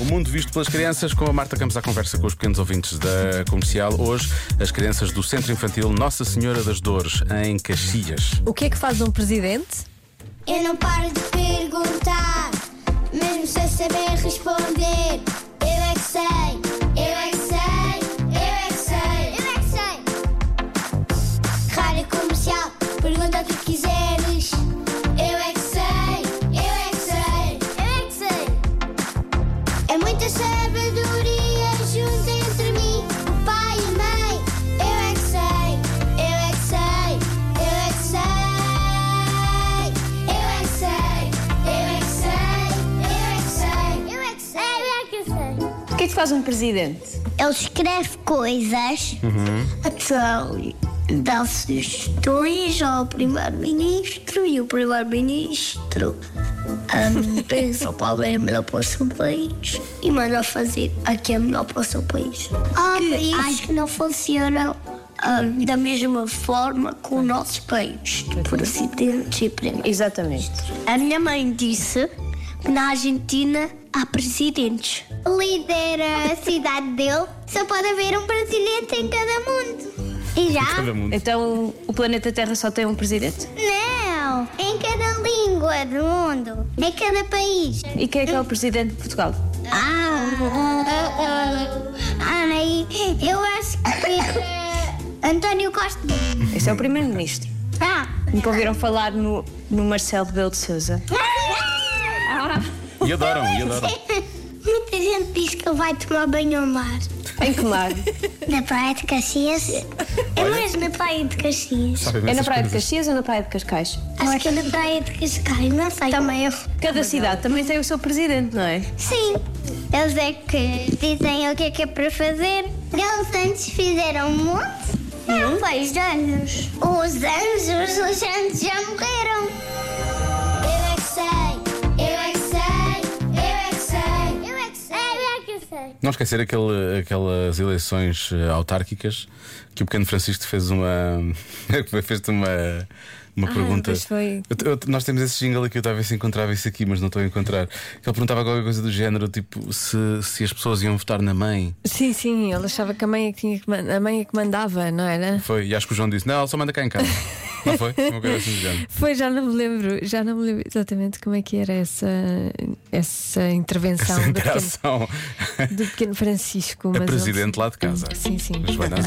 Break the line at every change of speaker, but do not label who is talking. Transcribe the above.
O mundo visto pelas crianças, com a Marta Campos à conversa com os pequenos ouvintes da comercial. Hoje, as crianças do Centro Infantil Nossa Senhora das Dores, em Caxias.
O que é que faz um presidente?
Eu não paro de perguntar, mesmo sem saber responder. Eu é que sei, eu é que sei, eu é que sei, eu é que sei. Rádio comercial, pergunta o que quiseres. Eu é que sei, eu é que sei, eu é que sei. É muita sabedoria junto entre mim, o pai e a mãe. Eu é que sei, eu é que sei, eu é que sei. Eu é que sei, eu é que sei, eu é que sei. Eu é que sei, eu é que sei.
O que é que faz um presidente?
Ele escreve coisas, então dá sugestões ao primeiro-ministro e o primeiro-ministro ahm, pensa qual é melhor para o seu país e manda fazer a que é melhor para o seu país. Há países que não funcionam ahm, da mesma forma que o nosso país, por assim dizer. tipo,
Exatamente.
a minha mãe disse que na Argentina há presidentes. Lidera a cidade dele, só pode haver um presidente em cada mundo. E já?
Cada mundo.
Então o planeta Terra só tem um presidente.
Não! Em cada língua do mundo, em cada país.
E quem é que é o presidente de Portugal?
Ah! Anaí, eu acho que. é António Costa.
Esse é o primeiro-ministro.
Ah!
Nunca ouviram falar no, no Marcelo Rebelo de Souza?
E adoram, e adoram.
Muita gente diz que ele vai tomar banho ao mar.
Em que mar? É
Na praia de Caxias? É mesmo na praia de Caxias.
Sabem
É na
essas
Praia de
coisas.
Caxias ou na Praia de Cascais?
Acho que é na praia de Cascais, não sei. Também eu.
Cada cidade também tem o seu presidente, não é?
Sim, eles é que dizem o que é que é para fazer. Eles antes fizeram um monte. Não faz anos. Os anjos, os anjos já morreram. Eu é que sei, eu é que sei, eu é que sei, eu é que sei, eu é que sei.
Não esquecer aquele- aquelas eleições eh, autárquicas que o pequeno Francisco fez uma. fez-te uma. Uma pergunta.
Ah, pois foi.
Eu- eu- nós temos esse jingle aqui, eu talvez se encontrava isso aqui, mas não estou a encontrar. Ele perguntava qualquer coisa do género, tipo, se, se as pessoas iam votar na mãe.
Sim, sim, ele achava que a mãe é que, tinha que man- a mãe é que mandava, não era?
Foi. E acho que o João disse: Não, ela só manda cá em casa. não foi? Uma coisa assim do género.
Foi, já não me lembro, já não me lembro exatamente como é que era essa, essa intervenção
Essa
do, pequeno,
interação.
do pequeno Francisco.
A
mas ele-
presidente lá de casa.
Sim, sim.
Joana Azevedo.